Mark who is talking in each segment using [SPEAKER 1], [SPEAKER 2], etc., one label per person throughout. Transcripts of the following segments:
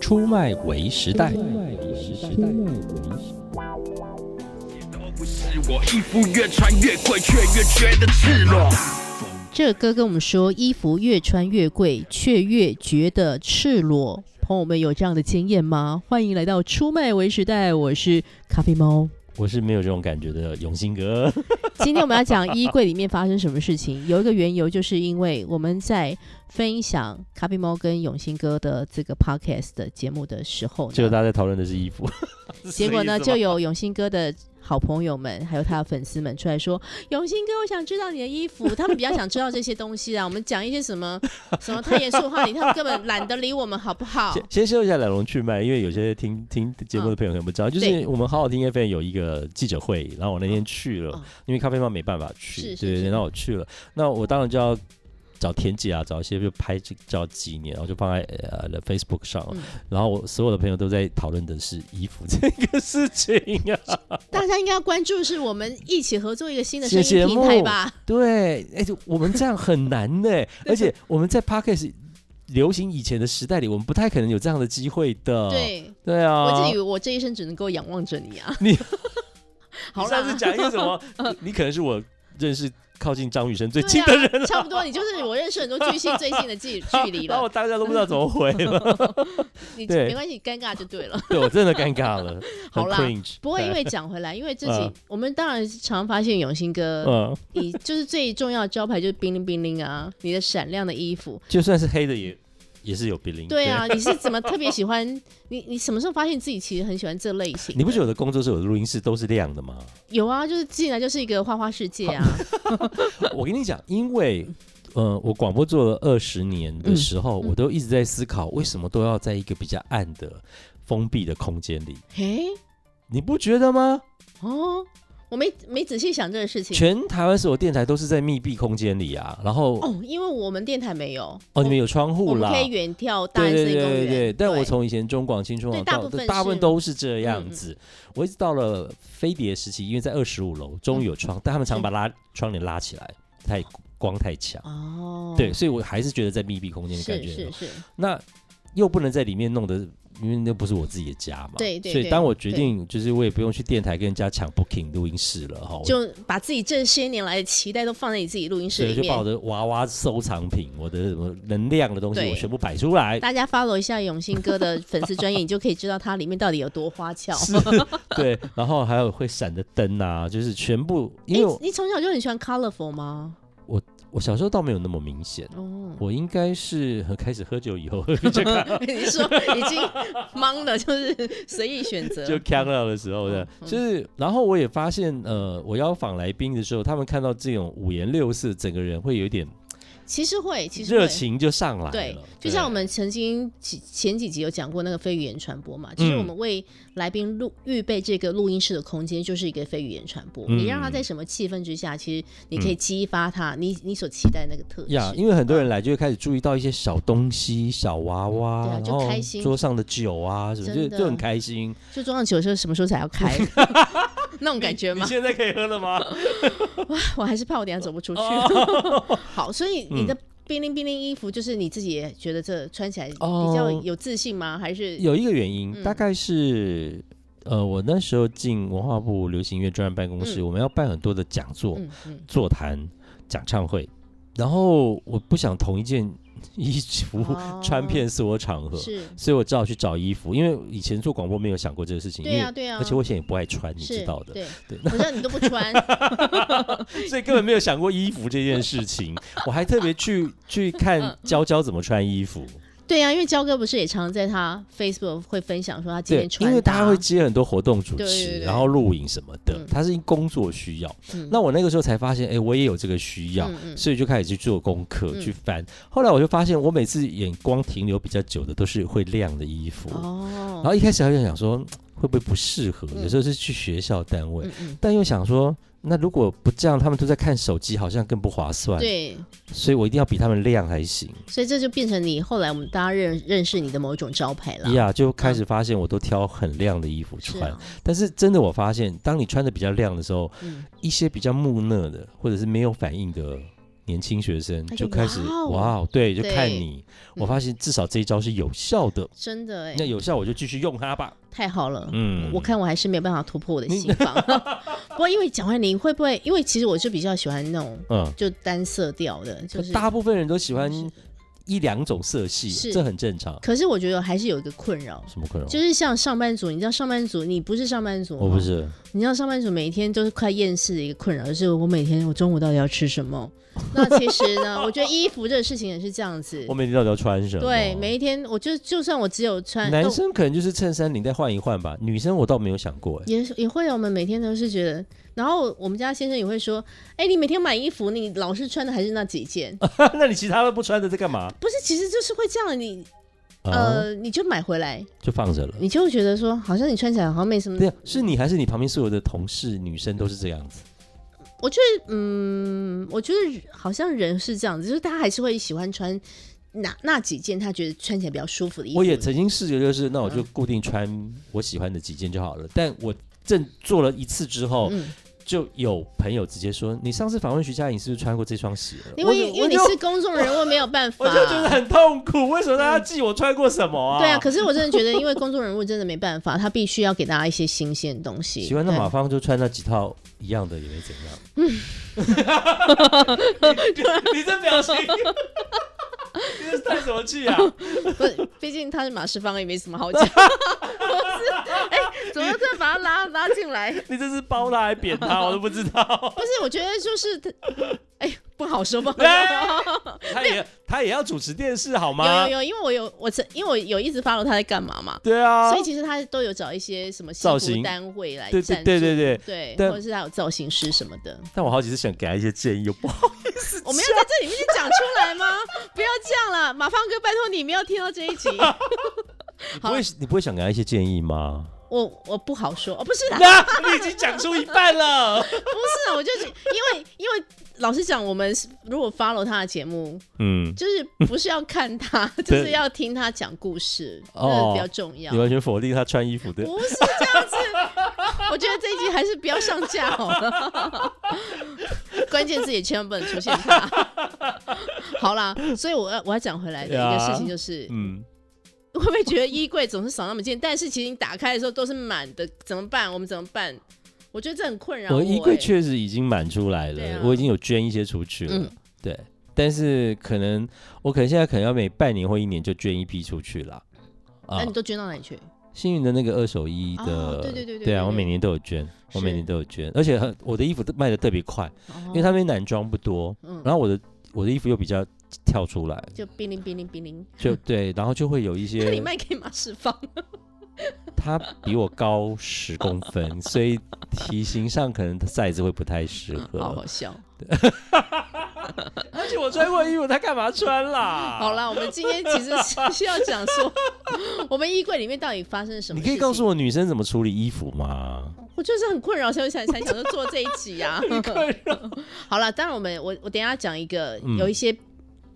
[SPEAKER 1] 出卖为时代。
[SPEAKER 2] 不是我，衣服越穿越贵，却越觉得赤裸。
[SPEAKER 3] 这个歌跟我们说，衣服越穿越贵，却越觉得赤裸。朋友们有这样的经验吗？欢迎来到出卖为时代，我是咖啡猫。
[SPEAKER 1] 我是没有这种感觉的，永兴哥。
[SPEAKER 3] 今天我们要讲衣柜里面发生什么事情，有一个缘由，就是因为我们在分享咖啡猫跟永兴哥的这个 podcast 的节目的时候
[SPEAKER 1] 结果
[SPEAKER 3] 呢，
[SPEAKER 1] 大家在讨论的是衣服，
[SPEAKER 3] 结果呢
[SPEAKER 1] 是这
[SPEAKER 3] 就
[SPEAKER 1] 意思吗
[SPEAKER 3] 有永兴哥的。好朋友们，还有他的粉丝们出 来说：“永兴哥，我想知道你的衣服。”他们比较想知道这些东西啊。我们讲一些什么什么太严肃的话题，他们根本懒得理我们，好不好？
[SPEAKER 1] 先先说一下来龙去脉，因为有些听听节目的朋友可能不知道，就是
[SPEAKER 3] 对
[SPEAKER 1] 我们好好听 FM 有一个记者会，然后我那天去了，
[SPEAKER 3] 嗯
[SPEAKER 1] 因为咖啡猫没办法去，
[SPEAKER 3] 是是
[SPEAKER 1] 对对对，
[SPEAKER 3] 是
[SPEAKER 1] 那我去了，那我当然就要。找田姐啊，找一些就拍这照纪念，然后就放在呃 Facebook 上，
[SPEAKER 3] 嗯
[SPEAKER 1] 然后我所有的朋友都在讨论的是衣服这个事情啊。
[SPEAKER 3] 大家应该要关注，是我们一起合作一个新的
[SPEAKER 1] 谢
[SPEAKER 3] 声
[SPEAKER 1] 谢
[SPEAKER 3] 音平台吧？
[SPEAKER 1] 对，哎、就我们这样很难呢、 而且我们在 podcast 流行以前的时代里，我们不太可能有这样的机会的。，
[SPEAKER 3] 对，
[SPEAKER 1] 对啊。
[SPEAKER 3] 我自己我这一生只能够仰望着你啊。
[SPEAKER 1] 你
[SPEAKER 3] 好
[SPEAKER 1] 你
[SPEAKER 3] 啦
[SPEAKER 1] 上次，讲一个什 么？你你可能是我认识靠近张雨生最
[SPEAKER 3] 对
[SPEAKER 1] 近的人，
[SPEAKER 3] 啊，差不多，你就是我认识很多巨星最近的距距离
[SPEAKER 1] 然后我
[SPEAKER 3] 了。
[SPEAKER 1] 当下都不知道怎么回 了，
[SPEAKER 3] 你
[SPEAKER 1] 哦对
[SPEAKER 3] 没关系，尴尬就对了。
[SPEAKER 1] 对我真的尴尬 了，很
[SPEAKER 3] 好啦
[SPEAKER 1] cringe。
[SPEAKER 3] 不过因为讲回来，因为自己
[SPEAKER 1] 嗯
[SPEAKER 3] 我们当然常发现永兴
[SPEAKER 1] 对
[SPEAKER 3] 哥，
[SPEAKER 1] 嗯，
[SPEAKER 3] 你就是最重要的招牌就是冰灵冰灵啊，你的闪亮的衣服。
[SPEAKER 1] 就算是黑的也也是有鼻灵。
[SPEAKER 3] 对啊，你是怎么特别喜欢？你你什么时候发现自己其实很喜欢这类型
[SPEAKER 1] 对。
[SPEAKER 3] 的？
[SPEAKER 1] 你不觉得我的工作室、我的录音室都是亮的吗？
[SPEAKER 3] 有啊？就是进来就是一个花花世界啊。
[SPEAKER 1] 我跟你讲，因为呃，我广播做了二十年的时候，
[SPEAKER 3] 嗯嗯
[SPEAKER 1] 我都一直在思考，为什么都要在一个比较暗的、封闭的空间里？
[SPEAKER 3] 嘿，
[SPEAKER 1] 你不觉得吗？
[SPEAKER 3] 哦，我没没仔细想这个事情。
[SPEAKER 1] 全台湾所有电台都是在密闭空间里啊，然后哦
[SPEAKER 3] 哦，因为我们电台没有
[SPEAKER 1] 你们有窗
[SPEAKER 3] 我
[SPEAKER 1] 户
[SPEAKER 3] 们
[SPEAKER 1] 啦
[SPEAKER 3] 可。以远眺大安
[SPEAKER 1] 对
[SPEAKER 3] 森
[SPEAKER 1] 对
[SPEAKER 3] 林
[SPEAKER 1] 对
[SPEAKER 3] 公园。
[SPEAKER 1] 对对，但我从以前中广青春网
[SPEAKER 3] 对大
[SPEAKER 1] 到
[SPEAKER 3] 部分
[SPEAKER 1] 大部分
[SPEAKER 3] 是
[SPEAKER 1] 都是这样
[SPEAKER 3] 嗯嗯
[SPEAKER 1] 子，我一直到了飞碟时期，因为在二十五楼终
[SPEAKER 3] 嗯
[SPEAKER 1] 于有窗，但他们常把拉窗帘拉起来，太光太强，
[SPEAKER 3] 哦，
[SPEAKER 1] 对，所以我还是觉得在密闭空间
[SPEAKER 3] 是
[SPEAKER 1] 的感觉哦
[SPEAKER 3] 是是，
[SPEAKER 1] 那又不能在里面弄得，因为那不是我自己的家嘛。
[SPEAKER 3] 对对
[SPEAKER 1] 所以
[SPEAKER 3] 对
[SPEAKER 1] 当我决定，就是我也不用去电台跟人家抢 booking 录音室了哈。
[SPEAKER 3] 就把自己这些年来的期待都放在你自己录音室
[SPEAKER 1] 所以
[SPEAKER 3] 里
[SPEAKER 1] 就把我
[SPEAKER 3] 面。
[SPEAKER 1] 的娃娃收藏品、我的什么能量的东西，
[SPEAKER 3] 对
[SPEAKER 1] 我全部摆出 来。
[SPEAKER 3] 大家 follow 一下永信哥的粉丝专业，你就可以知道他里面到底有多花俏。
[SPEAKER 1] 是，对，然后还有会闪的灯啊，就是全部。因
[SPEAKER 3] 诶
[SPEAKER 1] 为我
[SPEAKER 3] 你从小就很喜欢 colorful 吗？
[SPEAKER 1] 我小时候倒没有那么明显，
[SPEAKER 3] 哦，
[SPEAKER 1] 我应该是很开始喝酒以后就 看
[SPEAKER 3] 你说已经懵了，就是随意选 择。
[SPEAKER 1] 就 c a 到的时候的，
[SPEAKER 3] 嗯
[SPEAKER 1] 就是，然后我也发现，呃，我邀访来宾的时候，他们看到这种五颜六色，整个人会有一点
[SPEAKER 3] 其实会，其实
[SPEAKER 1] 热
[SPEAKER 3] 会
[SPEAKER 1] 情就上来了。
[SPEAKER 3] 对，就像我们曾经几前几集有讲过那个非语言传播
[SPEAKER 1] 嗯
[SPEAKER 3] 嘛，就是我们为来宾录预备这个录音室的空间，就是一个非语言传播。
[SPEAKER 1] 嗯
[SPEAKER 3] 你让他在什么气氛之下，其实你可以激发他、你你所期待的那个特质。
[SPEAKER 1] 呀因为很多
[SPEAKER 3] 嗯
[SPEAKER 1] 人来就会开始注意到一些小东西、小娃娃，
[SPEAKER 3] 对啊
[SPEAKER 1] 然
[SPEAKER 3] 就
[SPEAKER 1] 后
[SPEAKER 3] 开心
[SPEAKER 1] 桌上的酒啊什么，就
[SPEAKER 3] 真的
[SPEAKER 1] 就很开心。
[SPEAKER 3] 就桌上酒是什么时候才要开？那种感 觉
[SPEAKER 1] 你
[SPEAKER 3] 吗？
[SPEAKER 1] 现在可以喝了 吗？
[SPEAKER 3] 我还是怕我等一下走不出去。
[SPEAKER 1] 哦
[SPEAKER 3] 好，所以你
[SPEAKER 1] 嗯
[SPEAKER 3] 的冰凌冰凌衣服，就是你自己也觉得这穿起来比较
[SPEAKER 1] 哦
[SPEAKER 3] 有自信吗？还是
[SPEAKER 1] 有一个原因，
[SPEAKER 3] 嗯
[SPEAKER 1] 大概是。呃，我那时候进文化部流行音乐专案办公室，我们要办很多的讲座、
[SPEAKER 3] 嗯嗯，
[SPEAKER 1] 座谈、讲唱会，然后我不想同一件衣服、
[SPEAKER 3] 哦
[SPEAKER 1] 穿遍所有场合，
[SPEAKER 3] 是，
[SPEAKER 1] 所以我只好去找衣服，因为以前做广播没有想过这个事情，
[SPEAKER 3] 对
[SPEAKER 1] 因
[SPEAKER 3] 啊
[SPEAKER 1] 为
[SPEAKER 3] 对啊，
[SPEAKER 1] 而且我以前也不爱穿，你
[SPEAKER 3] 是
[SPEAKER 1] 知道的，
[SPEAKER 3] 对，
[SPEAKER 1] 对
[SPEAKER 3] 我知道你都不 穿，
[SPEAKER 1] 所以根本没有想过衣服这件事情。我还特别去去
[SPEAKER 3] 嗯
[SPEAKER 1] 看娇娇怎么穿衣服，
[SPEAKER 3] 对啊呀、因为焦哥不是也常在他 Facebook 会分享说他今
[SPEAKER 1] 对
[SPEAKER 3] 天，穿
[SPEAKER 1] 因为
[SPEAKER 3] 搭
[SPEAKER 1] 他会接很多活动主
[SPEAKER 3] 对对
[SPEAKER 1] 持，
[SPEAKER 3] 对
[SPEAKER 1] 然后录影什么的
[SPEAKER 3] 嗯，
[SPEAKER 1] 他是因工作需要。
[SPEAKER 3] 嗯
[SPEAKER 1] 那我那个时候才发现，哎，我也有这个需要。
[SPEAKER 3] 嗯嗯
[SPEAKER 1] 所以就开始去做功课，
[SPEAKER 3] 嗯
[SPEAKER 1] 去翻。后来我就发现，我每次眼光停留比较久的都是会亮的衣服。然
[SPEAKER 3] 哦，
[SPEAKER 1] 后一开始还就想说，嗯会不会不适合？
[SPEAKER 3] 嗯
[SPEAKER 1] 有时候是去学校单位，
[SPEAKER 3] 嗯嗯，
[SPEAKER 1] 但又想说，那如果不这样，他们都在看手机，好像更不划算。，
[SPEAKER 3] 对，
[SPEAKER 1] 所以我一定要比他们亮才行。
[SPEAKER 3] 所以这就变成你后来我们大家认认识你的某一种招牌啦。
[SPEAKER 1] 呀、就开始发现我都挑很亮的衣服
[SPEAKER 3] 啊是
[SPEAKER 1] 穿，
[SPEAKER 3] 啊，
[SPEAKER 1] 但是真的我发现，当你穿的比较亮的时候，
[SPEAKER 3] 嗯，
[SPEAKER 1] 一些比较木讷的或者是没有反应的年轻学生
[SPEAKER 3] 他就
[SPEAKER 1] 就开始
[SPEAKER 3] 哇哦
[SPEAKER 1] 哇哦，对，就
[SPEAKER 3] 对
[SPEAKER 1] 看你。我
[SPEAKER 3] 嗯
[SPEAKER 1] 发现至少这一招是有效的，
[SPEAKER 3] 真的哎、
[SPEAKER 1] 那有效我就继续用它吧。
[SPEAKER 3] 太好了。
[SPEAKER 1] 嗯，
[SPEAKER 3] 我看我还是没有办法突破我的心 房。不过因为蒋万玲会不会？因为其实我就比较喜欢那种
[SPEAKER 1] 嗯，
[SPEAKER 3] 就单色调的，就是
[SPEAKER 1] 大部分人都喜欢
[SPEAKER 3] 是
[SPEAKER 1] 一两种色系，
[SPEAKER 3] 是
[SPEAKER 1] 这很正常。
[SPEAKER 3] 可是我觉得还是有一个困扰，
[SPEAKER 1] 什么困扰？
[SPEAKER 3] 就是像上班族，你知道上班族，你不是上班族，
[SPEAKER 1] 我不。是，
[SPEAKER 3] 你知道上班族每天都是快厌世的一个困扰，就是我每天我中午到底要吃 什么？那其实呢，我觉得衣服这个事情也是这样子
[SPEAKER 1] 我。每天到底要穿什么？
[SPEAKER 3] 对，每一天我就就算我只有穿，哦
[SPEAKER 1] 男
[SPEAKER 3] 那
[SPEAKER 1] 生可能就是衬衫领带换一换吧，女生我倒没有想过、欸。
[SPEAKER 3] 也也会，我们每天都是觉得，然后我们家先生也会说，哎、你每天买衣服，你老是穿的还是那几件，
[SPEAKER 1] 那你其他都不穿的在干嘛？
[SPEAKER 3] 不是，其实就是会这样，你
[SPEAKER 1] 啊，
[SPEAKER 3] 呃，你就买回来，
[SPEAKER 1] 就放着了。
[SPEAKER 3] 你就会觉得说，好像你穿起来好像没什么
[SPEAKER 1] 对，呀，是你还是你旁边所有的同事女生都是这样子？
[SPEAKER 3] 我觉得，嗯，我觉得好像人是这样子，就是他还是会喜欢穿哪那几件他觉得穿起来比较舒服的衣服。
[SPEAKER 1] 我也曾经试着就是，那我就固定穿我喜欢的几件就好了。但我正做了一次之后，
[SPEAKER 3] 嗯，
[SPEAKER 1] 就有朋友直接说：“你上次访问徐佳莹是不是穿过这双鞋了？”
[SPEAKER 3] 因
[SPEAKER 1] 我
[SPEAKER 3] 为
[SPEAKER 1] 就
[SPEAKER 3] 因为你
[SPEAKER 1] 我就是
[SPEAKER 3] 公众人物，没有办法
[SPEAKER 1] 我。就觉得很痛苦，为什么大家记我穿过什么啊？
[SPEAKER 3] 对啊，可是我真的觉得，因为公众人物真的没办法，他必须要给大家一些新鲜的东西。
[SPEAKER 1] 喜欢的
[SPEAKER 3] 对
[SPEAKER 1] 马芳就穿那几套一样的也没怎样。 你你这表情，你这是叹什么气啊？
[SPEAKER 3] 不是，毕竟他是马世芳，也没什么好讲。不是，哎、怎么这把他拉拉进来？不
[SPEAKER 1] 你这是包他还扁他，我都不知道。
[SPEAKER 3] 是，我觉得就是他，哎、不好说，不好
[SPEAKER 1] 哎
[SPEAKER 3] 说。
[SPEAKER 1] 他也他也要主持电视好
[SPEAKER 3] 有
[SPEAKER 1] 吗
[SPEAKER 3] 有？有，因为我有我曾，因为我有一直 follow 他在干嘛嘛，
[SPEAKER 1] 对啊
[SPEAKER 3] 所，以其实他都有找一些什么制
[SPEAKER 1] 造
[SPEAKER 3] 服
[SPEAKER 1] 型
[SPEAKER 3] 单位来
[SPEAKER 1] 对
[SPEAKER 3] 赞
[SPEAKER 1] 对
[SPEAKER 3] 助，
[SPEAKER 1] 对对对。
[SPEAKER 3] 对
[SPEAKER 1] 但
[SPEAKER 3] 或者是他有造型师什么 的。
[SPEAKER 1] 但我好几次想给他一些建议，又不好。
[SPEAKER 3] 我们要在这里面讲出来 吗？不要这样了，马芳哥，拜托你没有听到这一集，
[SPEAKER 1] 你不会你不会想给他一些建议吗？
[SPEAKER 3] 我我不好说，哦，不是啦，
[SPEAKER 1] 那 你已经讲出一半了。
[SPEAKER 3] 不是啦，我就是因为因为老实讲，我们是如果 follow 他的节目，
[SPEAKER 1] 嗯，
[SPEAKER 3] 就是不是要看他， 就是要听他讲故事，
[SPEAKER 1] 哦
[SPEAKER 3] 那比较重要
[SPEAKER 1] 你。完全否定他穿衣服的。
[SPEAKER 3] 不是这样子，我觉得这一集还是不要上架好了。 关键字也千万不能出现它。 好啦，所以我要我要讲回来的一个事情就是，
[SPEAKER 1] 嗯，
[SPEAKER 3] 会不会觉得衣柜总是少那么件，但是其实你打开的时候都是满的，怎么办？我们怎么办？我觉得这很困扰
[SPEAKER 1] 我
[SPEAKER 3] 欸
[SPEAKER 1] 衣柜确实已经满出来
[SPEAKER 3] 对
[SPEAKER 1] 了
[SPEAKER 3] 啊，
[SPEAKER 1] 我已经有捐一些出去了
[SPEAKER 3] 嗯，
[SPEAKER 1] 对。但是可能我可能现在可能要每半年或一年就捐一批出去啦。啊
[SPEAKER 3] 嗯那你，都捐到哪里去？
[SPEAKER 1] 幸运的那个二手衣
[SPEAKER 3] 哦
[SPEAKER 1] 的，
[SPEAKER 3] 对对对对
[SPEAKER 1] 对啊，
[SPEAKER 3] 对
[SPEAKER 1] 我每年都有捐，我每
[SPEAKER 3] 是
[SPEAKER 1] 年都有捐，而且很我的衣服都卖的特别快，
[SPEAKER 3] 因
[SPEAKER 1] 因为他们男装不多，
[SPEAKER 3] 嗯
[SPEAKER 1] 然后我的我的衣服又比较跳出来，
[SPEAKER 3] 哦就哔铃哔铃哔铃，
[SPEAKER 1] 就对，然后就会有一
[SPEAKER 3] 嗯那你
[SPEAKER 1] 些
[SPEAKER 3] 卖给马世芳，
[SPEAKER 1] 他比我高十公 分，所以体型上可能 size 会不太适
[SPEAKER 3] 嗯好
[SPEAKER 1] 合
[SPEAKER 3] 好。笑。
[SPEAKER 1] 而且我穿过衣服，他干嘛穿啦
[SPEAKER 3] 好啦，我们今天其实 是是要讲说， 我们衣柜里面到底发生了什么？
[SPEAKER 1] 你可以告诉，我女生怎么处理衣服 吗？
[SPEAKER 3] 我就是很困扰，所以我想才想说做这一集 啊。好了，当然我们我我等一下讲一个
[SPEAKER 1] 嗯
[SPEAKER 3] 有一些，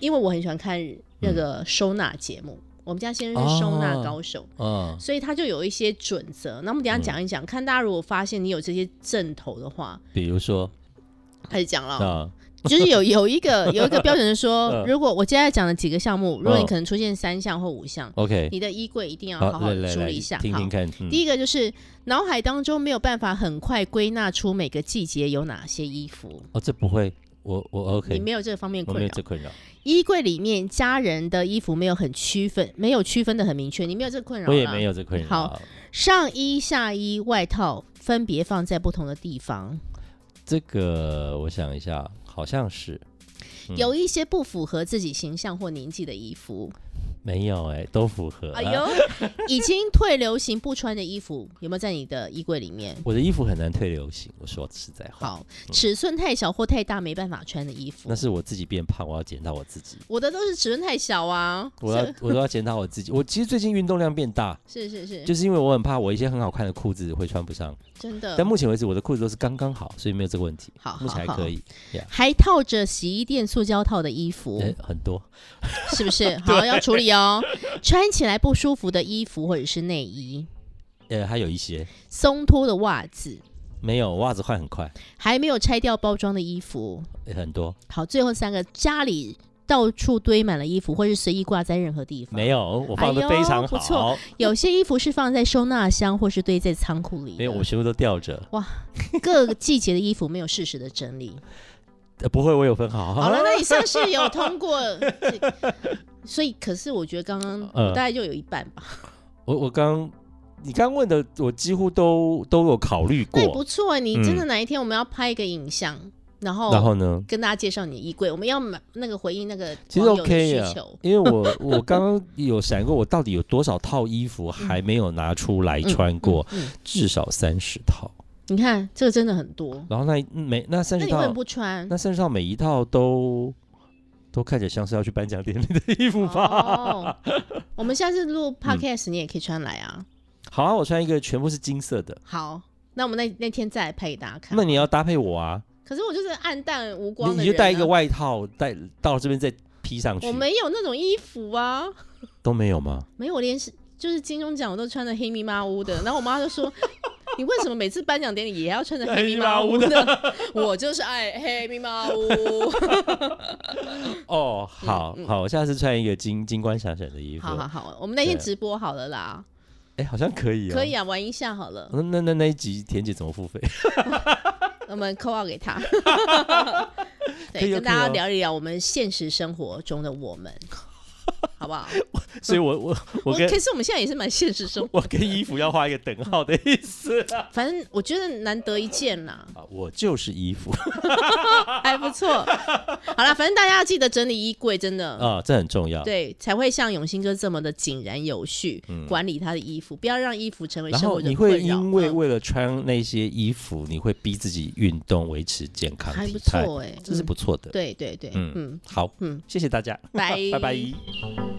[SPEAKER 3] 因为我很喜欢看那个收纳节目，我们家先生
[SPEAKER 1] 哦
[SPEAKER 3] 是收纳高手。
[SPEAKER 1] 嗯，
[SPEAKER 3] 所以他就有一些准则，那我们等一下讲一讲，看大家如果发现你有这些阵头的话，
[SPEAKER 1] 比如说
[SPEAKER 3] 开始讲了哦。
[SPEAKER 1] 啊，
[SPEAKER 3] 就是有有一个有 一个标准是说
[SPEAKER 1] 嗯，
[SPEAKER 3] 如果我接下来讲的几个项目，如果你
[SPEAKER 1] 嗯
[SPEAKER 3] 可能出现三项或五项，
[SPEAKER 1] OK，
[SPEAKER 3] 你的衣柜一定要好好
[SPEAKER 1] 来来
[SPEAKER 3] 处
[SPEAKER 1] 来，
[SPEAKER 3] 理一下。
[SPEAKER 1] 听
[SPEAKER 3] 好
[SPEAKER 1] 听，看。嗯
[SPEAKER 3] 第一个就是脑海当中没有办法很快归纳出每个季节有哪些衣服，
[SPEAKER 1] 哦，这不会，我我
[SPEAKER 3] 你
[SPEAKER 1] OK，
[SPEAKER 3] 没有这方面
[SPEAKER 1] 我
[SPEAKER 3] 困
[SPEAKER 1] 没有
[SPEAKER 3] 扰
[SPEAKER 1] 这。困扰，
[SPEAKER 3] 衣柜里面家人的衣服没有很区分，没有区分的很明确，你没有这困扰。
[SPEAKER 1] 我也没。有这困扰。
[SPEAKER 3] 好，上衣、下衣、外套分别放在不同的地方，
[SPEAKER 1] 这个我想一下，好像是嗯
[SPEAKER 3] 有一些不符合自己形象或年纪的衣服。
[SPEAKER 1] 没有哎，都符合。
[SPEAKER 3] 哎呦， 已经退流行不穿的衣服有没有在你的衣柜里面？
[SPEAKER 1] 我的衣服很难退流行，我说实在话，
[SPEAKER 3] 好，尺寸太小或太大没办法穿的衣服
[SPEAKER 1] 嗯那，是我自己变胖，我要检讨我自 己，
[SPEAKER 3] 我的都是尺寸太小啊。
[SPEAKER 1] 我要我都要检讨我自己。我其实最近运动量变 大，
[SPEAKER 3] 是是是，
[SPEAKER 1] 就是因为我很怕我一些很好看的裤子会穿不上。
[SPEAKER 3] 真的
[SPEAKER 1] 但。目前为止，我的裤子都是刚刚好，所以没有这个问题。
[SPEAKER 3] 好好
[SPEAKER 1] 目前还可以，
[SPEAKER 3] 还套着洗衣店塑胶套的衣服，
[SPEAKER 1] 呃很多。
[SPEAKER 3] 是不 是？好，要处理哦。穿起来不舒服的衣服或者是内衣，
[SPEAKER 1] 呃，还有一些
[SPEAKER 3] 松脱的袜子，
[SPEAKER 1] 没有袜子换很快，
[SPEAKER 3] 还没有拆掉包装的衣服。
[SPEAKER 1] 很多
[SPEAKER 3] 好，最后三个，家里到处堆满了衣服，或是随意挂在任何地方。
[SPEAKER 1] 没有，我放的
[SPEAKER 3] 哎呦
[SPEAKER 1] 非常
[SPEAKER 3] 不错
[SPEAKER 1] 好，
[SPEAKER 3] 有些衣服是放在收纳箱，或是堆在仓库里的。
[SPEAKER 1] 没有，我全部都吊着。
[SPEAKER 3] 各个季节的衣服没有适时的 整理。
[SPEAKER 1] 呃不会，我有分好。
[SPEAKER 3] 好了，那你算是有通过。这所以，可是我觉得刚刚
[SPEAKER 1] 呃
[SPEAKER 3] 我大概就有一半吧，
[SPEAKER 1] 我我刚你刚问的，我几乎都都有考虑
[SPEAKER 3] 那也不
[SPEAKER 1] 过。
[SPEAKER 3] 错欸。你真的
[SPEAKER 1] 嗯
[SPEAKER 3] 哪一天我们要拍一个影像，然后
[SPEAKER 1] 然后呢？
[SPEAKER 3] 跟大家介绍你的衣柜，我们要买那个回应那个
[SPEAKER 1] 其实
[SPEAKER 3] 网友的
[SPEAKER 1] OK
[SPEAKER 3] 需
[SPEAKER 1] 呀
[SPEAKER 3] 求。
[SPEAKER 1] 因为我我刚刚有闪过，我到底有多少套衣服还没有拿出来穿过？
[SPEAKER 3] 嗯，嗯
[SPEAKER 1] 至少三十套。
[SPEAKER 3] 你看这个真的很多，
[SPEAKER 1] 然后那每那三
[SPEAKER 3] 那
[SPEAKER 1] 十
[SPEAKER 3] 你为什
[SPEAKER 1] 套
[SPEAKER 3] 么，不穿？
[SPEAKER 1] 那三十套每一套都都看起来像是要去颁奖典礼的衣服吧？
[SPEAKER 3] 哦，我们下次录
[SPEAKER 1] 嗯
[SPEAKER 3] podcast 你也可以穿来啊。
[SPEAKER 1] 好啊，我穿一个全部是金色的，
[SPEAKER 3] 好，那我们那那天再来拍给大家看。
[SPEAKER 1] 那你要搭配我啊，
[SPEAKER 3] 可是我就是暗淡无光
[SPEAKER 1] 你
[SPEAKER 3] 的
[SPEAKER 1] 你就
[SPEAKER 3] 人
[SPEAKER 1] 带一
[SPEAKER 3] 啊
[SPEAKER 1] 个外套，带到这边再披上去
[SPEAKER 3] 我，没有那种衣服啊，
[SPEAKER 1] 都没有吗？
[SPEAKER 3] 没有，我连是就是金钟奖我都穿的黑咪麻乌的，然后我妈 就说。你为什么每次颁奖典礼也要穿着黑咪麻乌的？ 我就是爱黑咪 麻乌。嗯
[SPEAKER 1] 哦，好好，我下次穿一个金金冠闪闪的衣服
[SPEAKER 3] 好，好好，我们那天
[SPEAKER 1] 对
[SPEAKER 3] 直播好了啦，
[SPEAKER 1] 哎，好像可以哦，
[SPEAKER 3] 可以啊，玩一下 好了，
[SPEAKER 1] 那那那那一集田姐怎么 付费？
[SPEAKER 3] 我们扣号 给他。
[SPEAKER 1] 可
[SPEAKER 3] 对，
[SPEAKER 1] 以哦
[SPEAKER 3] 跟大
[SPEAKER 1] 可以
[SPEAKER 3] 家
[SPEAKER 1] 哦
[SPEAKER 3] 聊一聊我们现实生活中的我们，好不好？
[SPEAKER 1] 所以我我啊 我跟
[SPEAKER 3] 可是我们现在也是蛮现实生活，
[SPEAKER 1] 我跟衣服要画一个等号的意 思啊！
[SPEAKER 3] 反正我觉得难得一见啦。
[SPEAKER 1] 我就是衣服
[SPEAKER 3] 还不错。好啦，反正大家要记得整理衣柜，真的。
[SPEAKER 1] 啊，这很重要。
[SPEAKER 3] 对，才会像永兴哥这么的井然有序、管理他的衣服，不要让衣服成为
[SPEAKER 1] 嗯然
[SPEAKER 3] 生
[SPEAKER 1] 后
[SPEAKER 3] 活
[SPEAKER 1] 你
[SPEAKER 3] 的
[SPEAKER 1] 会
[SPEAKER 3] 困扰。
[SPEAKER 1] 因为
[SPEAKER 3] 嗯
[SPEAKER 1] 为了穿那些衣服，你会逼自己运动，维持健康
[SPEAKER 3] 还
[SPEAKER 1] 体
[SPEAKER 3] 不
[SPEAKER 1] 态，
[SPEAKER 3] 错哎、
[SPEAKER 1] 这是
[SPEAKER 3] 嗯
[SPEAKER 1] 不错的。
[SPEAKER 3] 对对对，
[SPEAKER 1] 嗯
[SPEAKER 3] 嗯，
[SPEAKER 1] 好，
[SPEAKER 3] 嗯
[SPEAKER 1] 谢谢大家，
[SPEAKER 3] 拜
[SPEAKER 1] 拜拜。